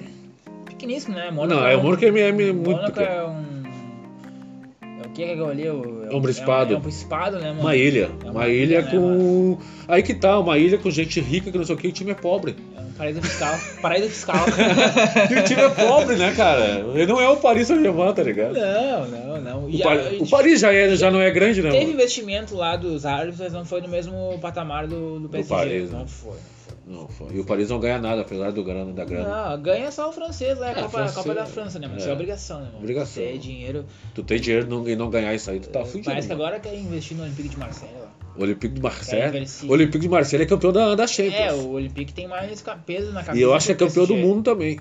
Pequeníssimo, né?
Não, é o
um-
Mônaco é, é muito
Mônaco
pequeno.
é um. é O que é que eu olhei? O-
É um principado.
É um, é um principado, né, mano?
Uma ilha.
É
uma, ilha,
né,
com.
mano?
Aí que tá, uma ilha com gente rica que não sei o que, o time é pobre.
É um paraíso fiscal. Paraíso fiscal.
E o time é pobre, né, cara? Ele não é o Paris Saint-Germain, tá ligado?
não, não, não.
O,
É, E
Par-
a-
o Paris já, é- já não é grande, né?
Teve
mano?
investimento lá dos árabes, mas não foi no mesmo patamar do, do PSG.
Paris, né?
não foi. não
Não, foi. E o Paris não ganha nada, apesar do grana, da
foi.
grana.
Não, ganha só o francês, né? A,
É,
Copa,
francês,
a Copa da França, né, mano? Isso
é.
é obrigação, né, mano?
Obrigação.
Ter dinheiro.
Tu tem dinheiro não- e não ganhar isso aí, tu tá fudido.
Parece que
mano.
agora quer investir no Olympique de Marseille lá.
O Olympique de
Quer
Marseille.
investir.
O Olympique de Marseille é campeão da, da Champions.
É, o Olympique tem mais ca- peso na cabeça.
E eu acho que é campeão do
PSG.
mundo também.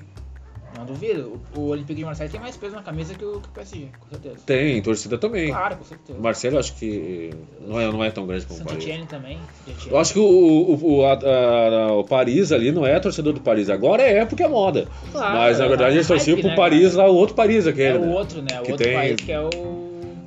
Não duvido. O, o Olympique de Marseille tem mais peso na camisa que o, que o PSG, com certeza.
Tem, torcida também.
Claro, com certeza.
O Marseille eu acho que não é, não é tão grande como o
Santo
Paris.
Etienne também. Saint Etienne.
Eu acho que o, o, o, a- a- o Paris ali não é torcedor do Paris. Agora é porque é moda.
Claro,
Mas na
é
verdade
uma
eles torciam
hype,
pro
né,
Paris
cara?
lá, o outro Paris aquele.
é o
né?
outro, né? O
que
outro
tem-
país que é o.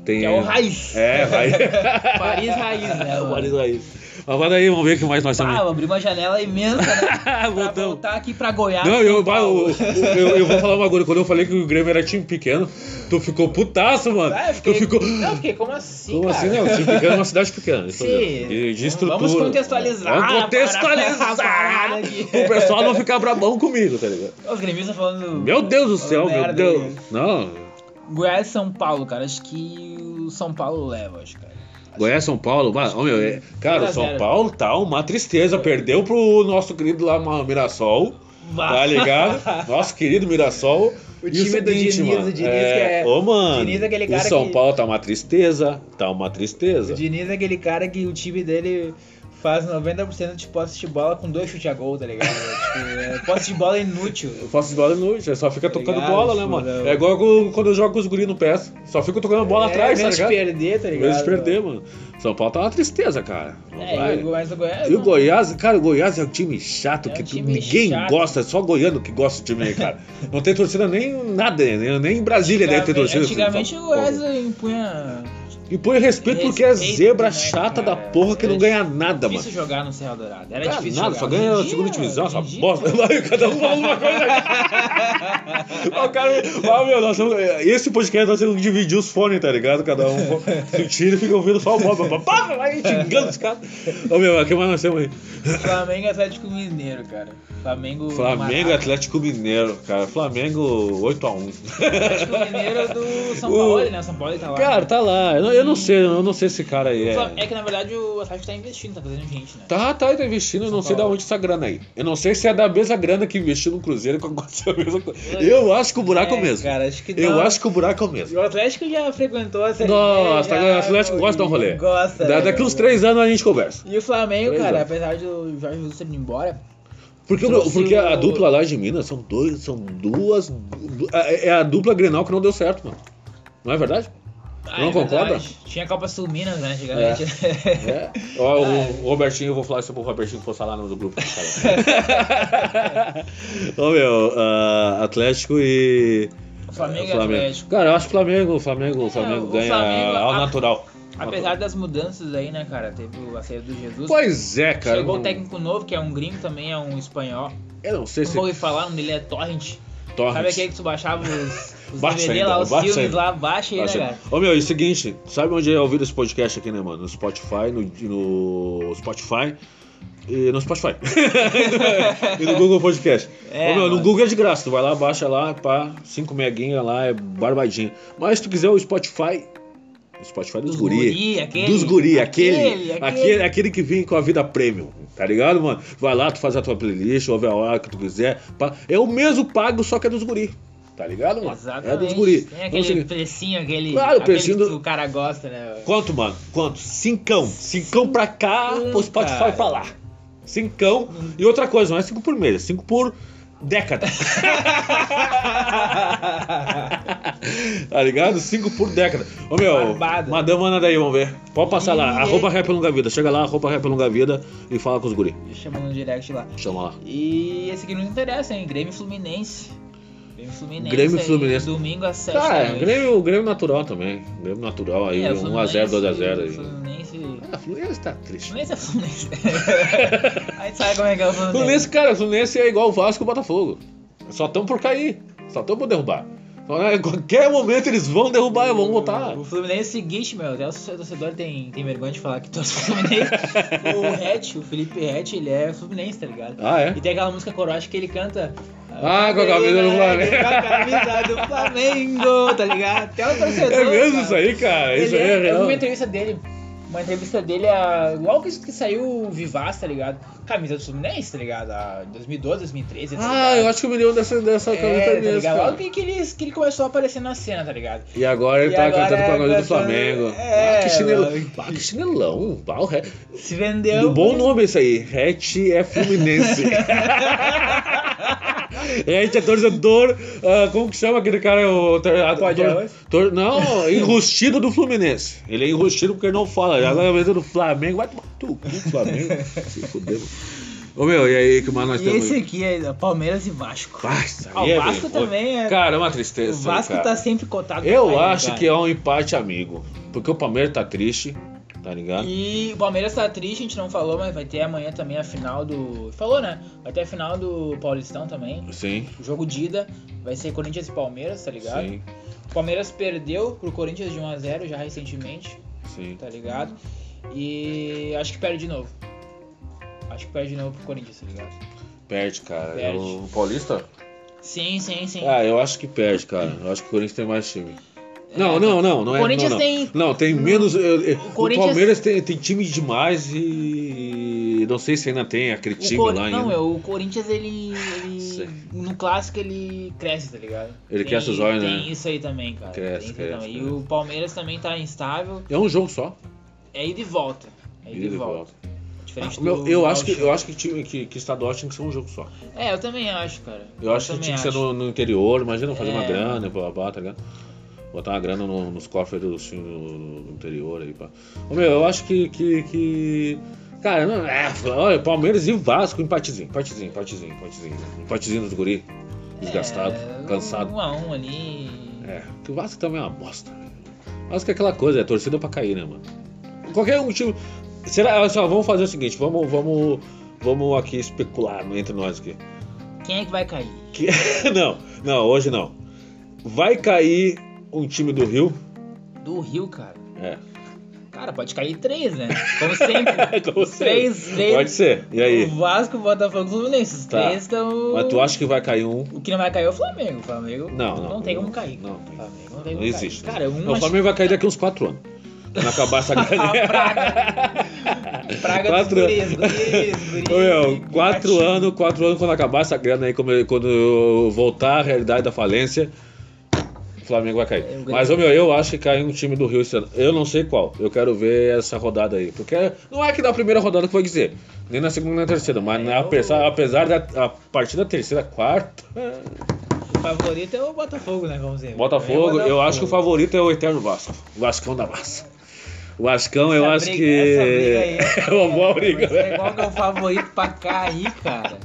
Tem-
Que é o raiz.
É, vai.
Paris raiz, né?
o
mano?
Paris aí. Mas vai daí, vamos ver o que mais nós
Ah,
temos. Ah,
eu abri uma janela imensa, né? pra
Voltamos.
voltar aqui pra Goiás.
Não, eu,
São Paulo.
eu, eu- eu vou falar uma coisa. Quando eu falei que o Grêmio era time pequeno, tu ficou putaço, mano.
Ah, eu fiquei...
Tu ficou.
Não, eu fiquei, como assim?
Como
cara?
assim, não? Time pequeno é uma cidade pequena. isso
Sim.
mesmo. De, de estrutura.
Vamos contextualizar
Vamos
a
contextualizar.
parada aqui.
o pessoal não ficar brabão comigo, tá ligado?
Os gremistas falando.
Meu Deus do céu,
falando
meu
merda
Deus.
aí.
Não,
Goiás e São Paulo, cara. Acho que o São Paulo leva, acho, cara.
Goiás, São Paulo. Mas, ô, meu, é- cara, o
0 a 0.
São Paulo tá uma tristeza. Perdeu pro nosso querido lá, Ma- Mirassol. Tá ligado? Nosso querido Mirassol.
O
E
time do
seguinte,
Diniz,
mano,
o Diniz que é-
Ô, mano.
Diniz é aquele
o
cara
São
que-
Paulo tá uma tristeza. Tá uma
O
tristeza.
Diniz é aquele cara que o time dele faz 90% de posse de bola com dois chutes a gol, tá ligado? tipo, é, posse de bola é inútil.
Eu faço de bola inútil, só fica tocando
Ligado,
bola, né,
tipo,
mano?
não.
É igual com- quando eu jogo com os guris no PES. Só fico tocando bola
é,
atrás, tá
menos
ligado?
perder, tá ligado?
Menos perder, mano. São Paulo tá uma tristeza, cara.
É,
Vai.
e o Goiás do Goiás.
E o
não-
Goiás, cara, o Goiás é um time chato,
É um
que tu-
time
ninguém
chato.
gosta, é só goiano que gosta do time aí, cara. Não tem torcida nem nada, né? nem em Brasília deve ter torcida.
é
assim, tá?
Antigamente o
São Paulo.
Goiás impunha.
E põe respeito É porque é
Respeito,
zebra
né,
chata da
cara?
porra que não ganha nada, mano.
Difícil jogar no Serra Dourada. Era
Cara,
difícil.
nada,
jogar.
só
Hoje em
ganha a
dia,
segunda divisão,
hoje
essa
em dia,
bosta. Vai, cada um fala uma coisa. Ó, o cara, ó, meu, nós estamos- esse podcast nós temos que dividir os fones, tá ligado? Cada um se tira e fica ouvindo só o mob. pá, pá, Vai xingando os caras. Ô, meu, o que mais nós temos aí?
Flamengo e Atlético Mineiro, cara. Flamengo.
Flamengo é e
Atlético.
Atlético Mineiro, cara. Flamengo 8x1.
Atlético Mineiro é do São
O-
Paulo, né? O São Paulo tá lá.
Cara, tá lá. Eu não, eu não sei, eu não sei se esse cara aí
O Flam-
é.
É que na verdade o Atlético tá investindo, tá fazendo gente, né?
Tá, tá, ele tá investindo, eu não
São
sei da
Paulo.
onde essa grana aí. Eu não sei se é da mesma grana que investiu no Cruzeiro que aconteceu a mesma coisa. Eu acho que o buraco é o
É,
mesmo.
Cara, acho que
Eu
não.
acho que o buraco é o
E
mesmo.
O Atlético já frequentou a série
Nossa,
B, já-
o Atlético gosta de dar um rolê.
Gosta.
Da-
né,
daqui uns
cara?
três anos a gente conversa.
E o Flamengo,
Três
cara,
anos.
apesar do Jorge Jesus ter ido embora,
Porque, o-
Trouxe
porque a
o-
dupla lá de Minas são dois, são duas. du- É é a dupla Grenal que não deu certo, mano. Não é verdade?
Ah,
Não
é
concorda?
verdade. Tinha Copa Sul Minas, né? Antigamente.
É. Ó, o Robertinho, eu vou falar isso pro Robertinho postar lá no grupo. tá cara. Ô meu, ah, Atlético e.
O Flamengo e Atlético. É,
Cara, eu acho que o Flamengo, o Flamengo, o Flamengo
o
ganha
Flamengo,
ao
a-
natural.
Apesar das mudanças aí, né, cara? Teve o- a saída do Jesus.
Pois é, cara.
Chegou
não-
o técnico novo, que é um gringo também, é um espanhol.
Eu não sei
Não
se.
vou falar, o nome dele é Torrent.
Torres.
Sabe aquele que tu baixava os, os
Baixa
DVD
ainda,
lá, os
baixa
filmes
ainda.
lá, baixa aí,
Tá
né,
certo.
cara?
Ô meu, e o seguinte, sabe onde é ouvido esse podcast aqui, né, mano? No Spotify, no, no Spotify. E no Spotify. e no Google Podcast.
É,
Ô, meu, no
mano.
Google é de graça. Tu vai lá, baixa lá, pá, 5 meguinha lá, é barbadinha. Mas se tu quiser o Spotify. O Spotify dos,
Dos
guri.
guri, aquele.
Dos guri, aquele.
Aquele,
Aquele,
aquele.
aquele, é- que vem com a vida premium. Tá ligado, mano? Vai lá, tu faz a tua playlist, ouve a hora que tu quiser. pá. É o mesmo pago, só que é dos guri. Tá ligado, mano?
Exatamente.
É dos guri.
Tem
Então, é o
aquele
seguinte,
precinho, aquele,
Claro, o
aquele
precinho
que
do-
o cara gosta, né?
Quanto, mano? Quanto? Cincão. Cincão pra cá,
Hum,
pro Spotify
cara.
pra lá. Cincão. E outra coisa, não é cinco por mês, é cinco por década. tá ligado? Cinco por década. Ô meu,
Barbada.
madame Ana daí, vamos ver. Pode passar lá,
Ih,
arroba rap longa vida. Chega lá, arroba rap longa vida e fala com os guri.
Chamando no direct lá.
Chama lá.
E esse aqui nos interessa, hein? Grêmio e Fluminense. Grêmio e Fluminense.
Grêmio e
aí,
Fluminense.
Domingo às 7
Cara,
da noite.
Grêmio, Grêmio natural também. Grêmio natural aí,
Tá É, o
1x0,
Fluminense-
2x0 aí.
Fluminense.
Ah, Fluminense tá triste.
Fluminense é Fluminense. a gente sabe como é que é o Fluminense.
Fluminense, cara, o Fluminense é igual o Vasco e o Botafogo. Só estão por cair. Só estão por derrubar. Só, né, em qualquer momento eles vão derrubar e vão botar.
O Fluminense é o seguinte, meu, até o torcedor tem, tem vergonha de falar que torce pro Fluminense. o Hatch, o Felipe Hatch, ele é Fluminense, tá ligado?
Ah, é?
E tem aquela música corote que ele canta.
Ah, com a camisa do Flamengo.
Com a camisa do Flamengo, tá ligado? Até o torcedor.
É mesmo
Então, cara.
isso aí, cara? Isso aí
Ele-
é
Eu vi
real.
uma entrevista dele. Uma entrevista dele, a... logo que que saiu o Vivaz, tá ligado? Camisa do Fluminense, tá ligado? A 2012, 2013, tá ligado?
Ah, eu acho que eu me lembro dessa, dessa
é, tá
camisa mesmo,
ligado? Logo
cara.
que, que, ele, que ele começou a aparecer na cena, tá ligado?
E agora ele
E
tá
agora
cantando com a camisa
cantando-
do Flamengo.
É,
ah, que chinelão.
mano.
Ah, que chinelão. Bah, o Re-
Se vendeu.
Do bom nome isso aí. Hatch é Fluminense. Hatch é torcedor. ah, como que chama aquele cara? O, tor- a-
Pode
tor-
arroz?
tor- não, enrustido do Fluminense. Ele é enrustido porque ele não fala. Já na mesa do Flamengo. Vai tomar tu, cu, Flamengo. Se fuder. mano. Ô meu, e aí que mais nós
E
temos?
esse aqui é Palmeiras e Vasco.
Basta,
Ah, o Vasco também é-
Cara, é uma
o
tristeza.
Vasco
cara.
tá sempre cotado. pra
Eu
cair,
acho
cara.
que é um empate amigo. Porque o Palmeiras tá triste, tá ligado?
E o Palmeiras tá triste, a gente não falou, mas vai ter amanhã também a final do. Falou, né? Vai ter a final do Paulistão também.
Sim,
O jogo de ida vai ser Corinthians e Palmeiras, tá ligado?
sim,
O Palmeiras perdeu pro Corinthians de 1x0 já recentemente,
sim.
tá ligado? E acho que perde de novo. Acho que perde de novo pro Corinthians, tá ligado?
Perde, cara.
Perde.
O Paulista?
Sim, sim, sim.
Ah, eu acho que perde, cara. Eu acho que o Corinthians tem mais time. Não,
É.
não, não, não é.
O Corinthians
não, não.
tem-
Não, tem menos. eu- eu- o,
Corinthians-
Palmeiras tem, tem time demais e. Não sei se ainda tem aquele
O
time
Cor-
lá
Não,
ainda.
é, o Corinthians, ele. ele-
Sei.
no clássico, ele cresce, tá ligado?
Ele
tem,
cresce os olhos,
tem
né?
isso aí também, cara.
Cresce,
tem isso aí
cresce, né?
também. E
cresce.
o Palmeiras também tá instável.
É um jogo só.
É ida e volta. É ida e volta. Diferente
Ah, Meu,
do
eu, acho que,
gaúcho.
eu acho que, time, que, que estadual tinha que ser um jogo só.
É, eu também acho, cara.
Eu acho que
também
tinha que ser no, no interior, imagina fazer uma
É.
grana, blá, blá, blá, tá ligado? Botar uma grana no- nos cofres do, assim, no- do interior aí, pá. Ô, meu, eu acho que. que, que- Cara, não, é, olha, Palmeiras e Vasco, empatezinho, empatezinho, empatezinho, empatezinho. né? Empatezinho dos guri, desgastado,
É,
cansado.
Um a um ali.
É, porque o Vasco também é uma bosta. né? O Vasco é aquela coisa, é torcida pra cair, né, mano? Qualquer um time. Será, olha só, vamos fazer o seguinte, vamos, vamos, vamos aqui especular entre nós aqui.
Quem é que vai cair?
Que- não, não, hoje não. Vai cair um time do Rio?
Do Rio, cara.
É.
Cara, pode cair três, né? Como sempre.
Como
Os três, três.
É Pode ser. E aí?
O Vasco, o Botafogo e o Fluminense. Os
Tá.
três estão.
Mas tu acha que vai cair um?
O que não vai cair é o Flamengo. O Flamengo
Não, não.
tem como cair.
Não, não
O
tem.
Flamengo não tem
Não
como
existe.
cair. Cara, um Ah,
Não, o Flamengo vai cair daqui uns 4 anos. Quando acabar essa
A
grana.
praga. Praga
Quatro-
dos guris, guris, guris.
Ô, Meu, quatro anos, quatro anos quando acabar essa grana aí, como eu- quando eu voltar à realidade da falência, o Flamengo vai cair.
É, o Grêmio-
Mas, ô, meu, eu acho que caiu um time do Rio esse ano. Eu não sei qual. Eu quero ver essa rodada aí. Porque não é que na primeira rodada que vai dizer. Nem na segunda nem na terceira. Mas
É,
na- apesar, apesar da a partir da terceira, quarta.
É, O favorito é o Botafogo, né? Vamos ver.
Botafogo,
É o
eu acho que o favorito é o Eterno Vasco. O Vascão da massa. O Vascão, eu
Essa
acho
briga-
que.
essa briga aí é-
é uma boa briga,
Mas é
né?
igual que é o favorito pra cair, cara.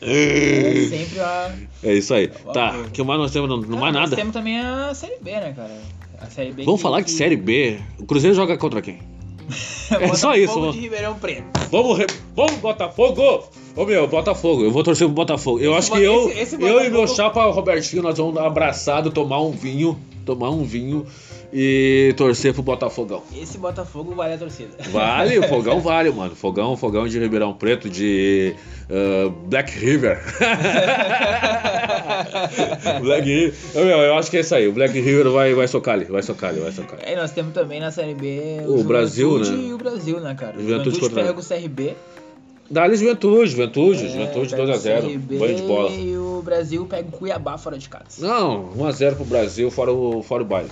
É sempre a.
É isso aí. Tá,
favor.
que mais nós temos? Não, não mais
Ah, Nós
nada.
temos também a Série B, né, cara? A Série B.
Vamos
que-
falar de
que-
Série B. O Cruzeiro joga contra quem? É só
Botafogo
isso, mano.
de Ribeirão Preto.
Vamos, re... Vamos Botafogo! Ô meu, Botafogo, eu vou torcer pro Botafogo. Eu
Esse
acho
Bo-
que eu,
esse- esse
eu e meu
Botafogo-
chapa Robertinho, nós vamos dar abraçado, tomar um vinho, tomar um vinho e torcer pro Botafogão.
Esse Botafogo vale a torcida.
Vale, fogão vale, mano. Fogão, fogão de Ribeirão Preto, de ah, Black River. Black River. Ô, meu, eu acho que é isso aí. O Black River vai, vai socar ali, vai socar ali, vai socar.
Aí É, nós temos também na Série B
O Brasil, né?
E o Brasil, né, cara?
Juventude contra-
pega o CRB.
Dali Juventude, Juventude,
É,
Juventude
pega o
2x0.
CRB
Banho de bola.
E o Brasil pega o Cuiabá fora de casa.
Não, 1x0 pro Brasil, fora o, fora o baile.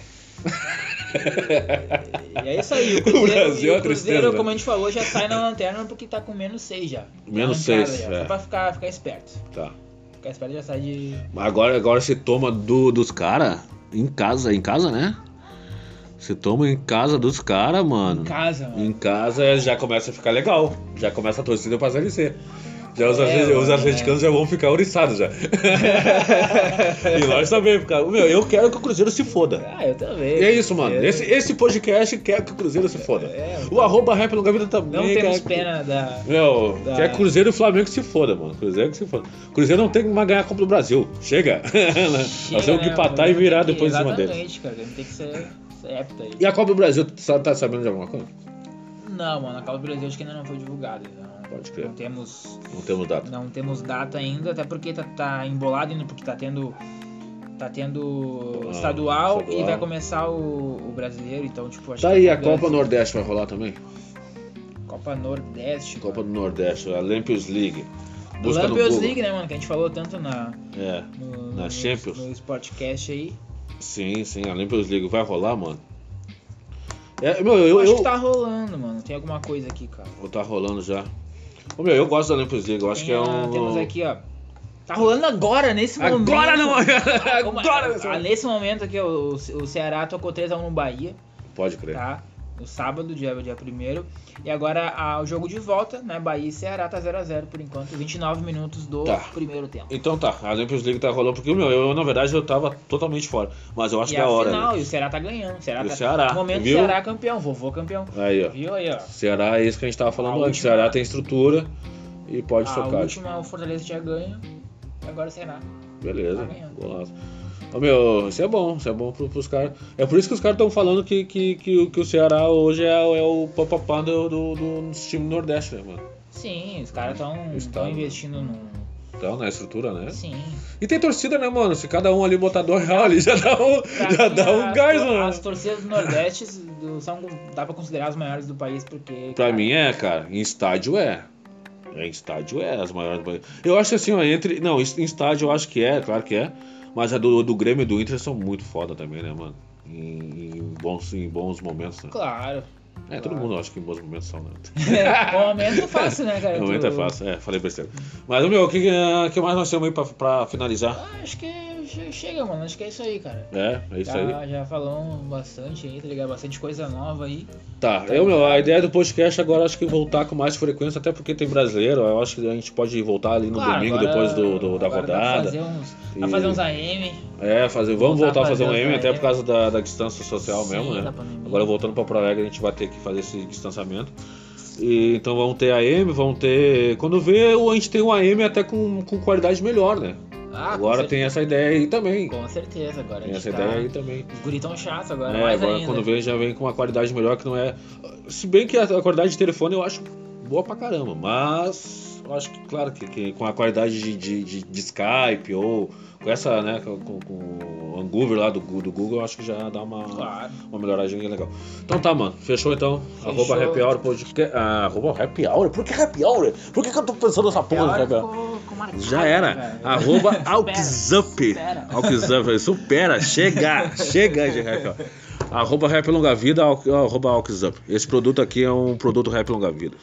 E é isso aí. O,
O
Cruzeiro,
Brasil é
e
uma
o Cruzeiro,
tristeza, né?
como a gente falou, já sai na lanterna porque tá com menos 6 já.
Menos
Tá na
seis,
entrada já,
é.
Só pra ficar, ficar esperto.
Tá.
Ficar esperto já sai de.
Mas Agora, agora se toma do, dos caras em casa, em casa, né? Se toma em casa dos caras, mano.
Em casa, mano.
Em casa já começa a ficar legal. Já começa a torcida pra Série C. Já os,
É,
atlet-
mano,
os atleticanos já vão ficar oriçados já. e nós também, porque, meu, eu quero que o Cruzeiro se foda.
Ah, eu também.
E é isso, mano.
Eu-
Esse, esse podcast quer que o Cruzeiro se foda.
É,
O arroba rap no Gavita também.
Não temos
quer-
pena da.
Meu,
Da-
quer Cruzeiro e Flamengo que se foda, mano. Cruzeiro que se foda. Cruzeiro não tem que mais ganhar a Copa do Brasil. Chega. Nós
Chega,
temos que
né,
empatar e
mano?
virar
Tem que-
depois em cima deles.
Exatamente, cara. Tem que ser, ser apto aí.
E a Copa do Brasil, tu sabe- tá sabendo de alguma coisa?
Não, mano, a Copa do Brasil acho que ainda não foi divulgada. Não,
Pode crer.
Não temos,
Não temos data.
não temos data ainda, até porque tá, tá embolado ainda, porque tá tendo. Tá tendo
Ah,
estadual, e
estadual.
vai começar o, o brasileiro, então, tipo, acho
Tá
que
aí,
tá
a Copa
ligado.
Nordeste vai rolar também?
Copa Nordeste.
Copa
mano.
do Nordeste, a Lampions League. Busca no
Lampions
Google.
League, né, mano? Que a gente falou tanto na,
É,
no,
Na
no-
Champions.
no Sportcast aí.
sim, sim, a Lampions League vai rolar, mano. É, meu, eu,
Eu, acho
eu-
que tá rolando, mano. Tem alguma coisa aqui, cara.
Vou tá rolando já. Ô, meu, eu gosto da Lampions League, eu acho
Tem
que é
a-
um.
Temos aqui, ó. Tá rolando agora, nesse momento.
Agora não!
Ah, como-
Agora
ah,
não!
Nesse momento aqui, ó, o, o Ceará tocou 3x1 no Bahia,
Pode crer.
tá? No sábado, dia 1 dia primeiro. E agora ah, o jogo de volta, né? Bahia e Ceará tá 0x0 por enquanto. 29 minutos do
Tá.
primeiro tempo.
Então tá, a Champions League tá rolando porque, meu, eu na verdade eu tava totalmente fora. Mas eu acho
e
que é
a
a hora.
final,
né?
e o Ceará tá ganhando. O Ceará
E o
tá...
Ceará,
No momento,
viu?
o Ceará é campeão, vovô campeão.
Aí, ó.
Viu aí, ó.
Ceará é isso que a gente tava falando
A
antes.
última-
Ceará tem estrutura e pode tipo,
a
socar.
última, o Fortaleza tinha ganho. E agora o Ceará.
Beleza,
tá ganhando.
golaço. Ô, meu, isso é bom, isso é bom pro, pros caras. É por isso que os caras estão falando que, que, que, o- que o Ceará hoje é, o- é o papapá do, do, do, dos times do Nordeste, né, mano?
Sim, os caras estão
Estado.
investindo num...
Então, na estrutura, né?
Sim.
E tem torcida, né, mano? Se cada um ali botar dois real ali, já dá um,
Pra
já
mim,
dá um
as-
gás,
As
mano.
torcidas do Nordeste do- são, dá pra considerar as maiores do país, porque.
Pra
cara,
mim é, cara. Em estádio é. É, em estádio é as maiores. ba- Eu acho assim, ó, entre. Não, em em estádio eu acho que é, claro que é. Mas a do, do Grêmio e do Inter são muito foda também, né, mano? Em, em bons, em bons momentos, né?
Claro.
É, todo mundo acha que em bons momentos são, né?
É, o momento é fácil, né, cara?
No momento
Tu-
é fácil, é, falei besteira. Mas, meu, o que, ah, que mais nós temos aí pra, pra finalizar?
Ah, acho que che- chega, mano. Acho que é isso aí, cara.
É, é isso aí.
Já, já falamos bastante aí, tá ligado? Bastante coisa nova aí.
Tá, eu, meu, a ideia do podcast agora acho que voltar com mais frequência, até porque tem brasileiro, eu acho que a gente pode voltar ali no
Claro,
domingo
agora-
depois do, do- da
agora dá pra
rodada.
Fazer um uns, dá pra
E-
fazer uns AM.
É, fazer, vamos
Voltar
voltar
a
a fazer um
fazer
M,
os
até
AM.
por causa da, da distância social
Sim,
mesmo, né?
da pandemia.
Agora voltando para Pro Alegre, a gente vai ter que fazer esse distanciamento. E, então vão ter AM, vão ter. Quando vê, a gente tem um AM até com, com qualidade melhor, né?
Ah, com
agora
cer-
tem essa ideia aí também.
Com certeza, agora. a
Tem
gente
essa
tá-
ideia aí também.
Os guritão chato agora,
É,
mais
agora
ainda.
quando vem já vem com uma qualidade melhor que não é. Se bem que a a qualidade de telefone eu acho boa pra caramba, mas eu acho que, claro, que, que com a qualidade de, de, de- de Skype ou com essa, né, com, com- com o Angover lá do, Gu- do Google, eu acho que já dá uma,
Claro.
uma melhoradinha legal. Então tá, mano, fechou então.
Fechou.
Arroba Happy Hour Podcast. Ah, arroba Happy Hour? Por que Happy Hour? Por que, que eu tô pensando nessa porra do
Agora
Happy Hour?
ficou- ficou marcado,
Já era.
cara.
Arroba
Supera,
Alkzup.
supera.
Alkzup, supera, chega, chega de rap. ó. Arroba Rap Longa Vida, al- arroba Alkzup. Esse produto aqui é um produto Rap Longa Vida.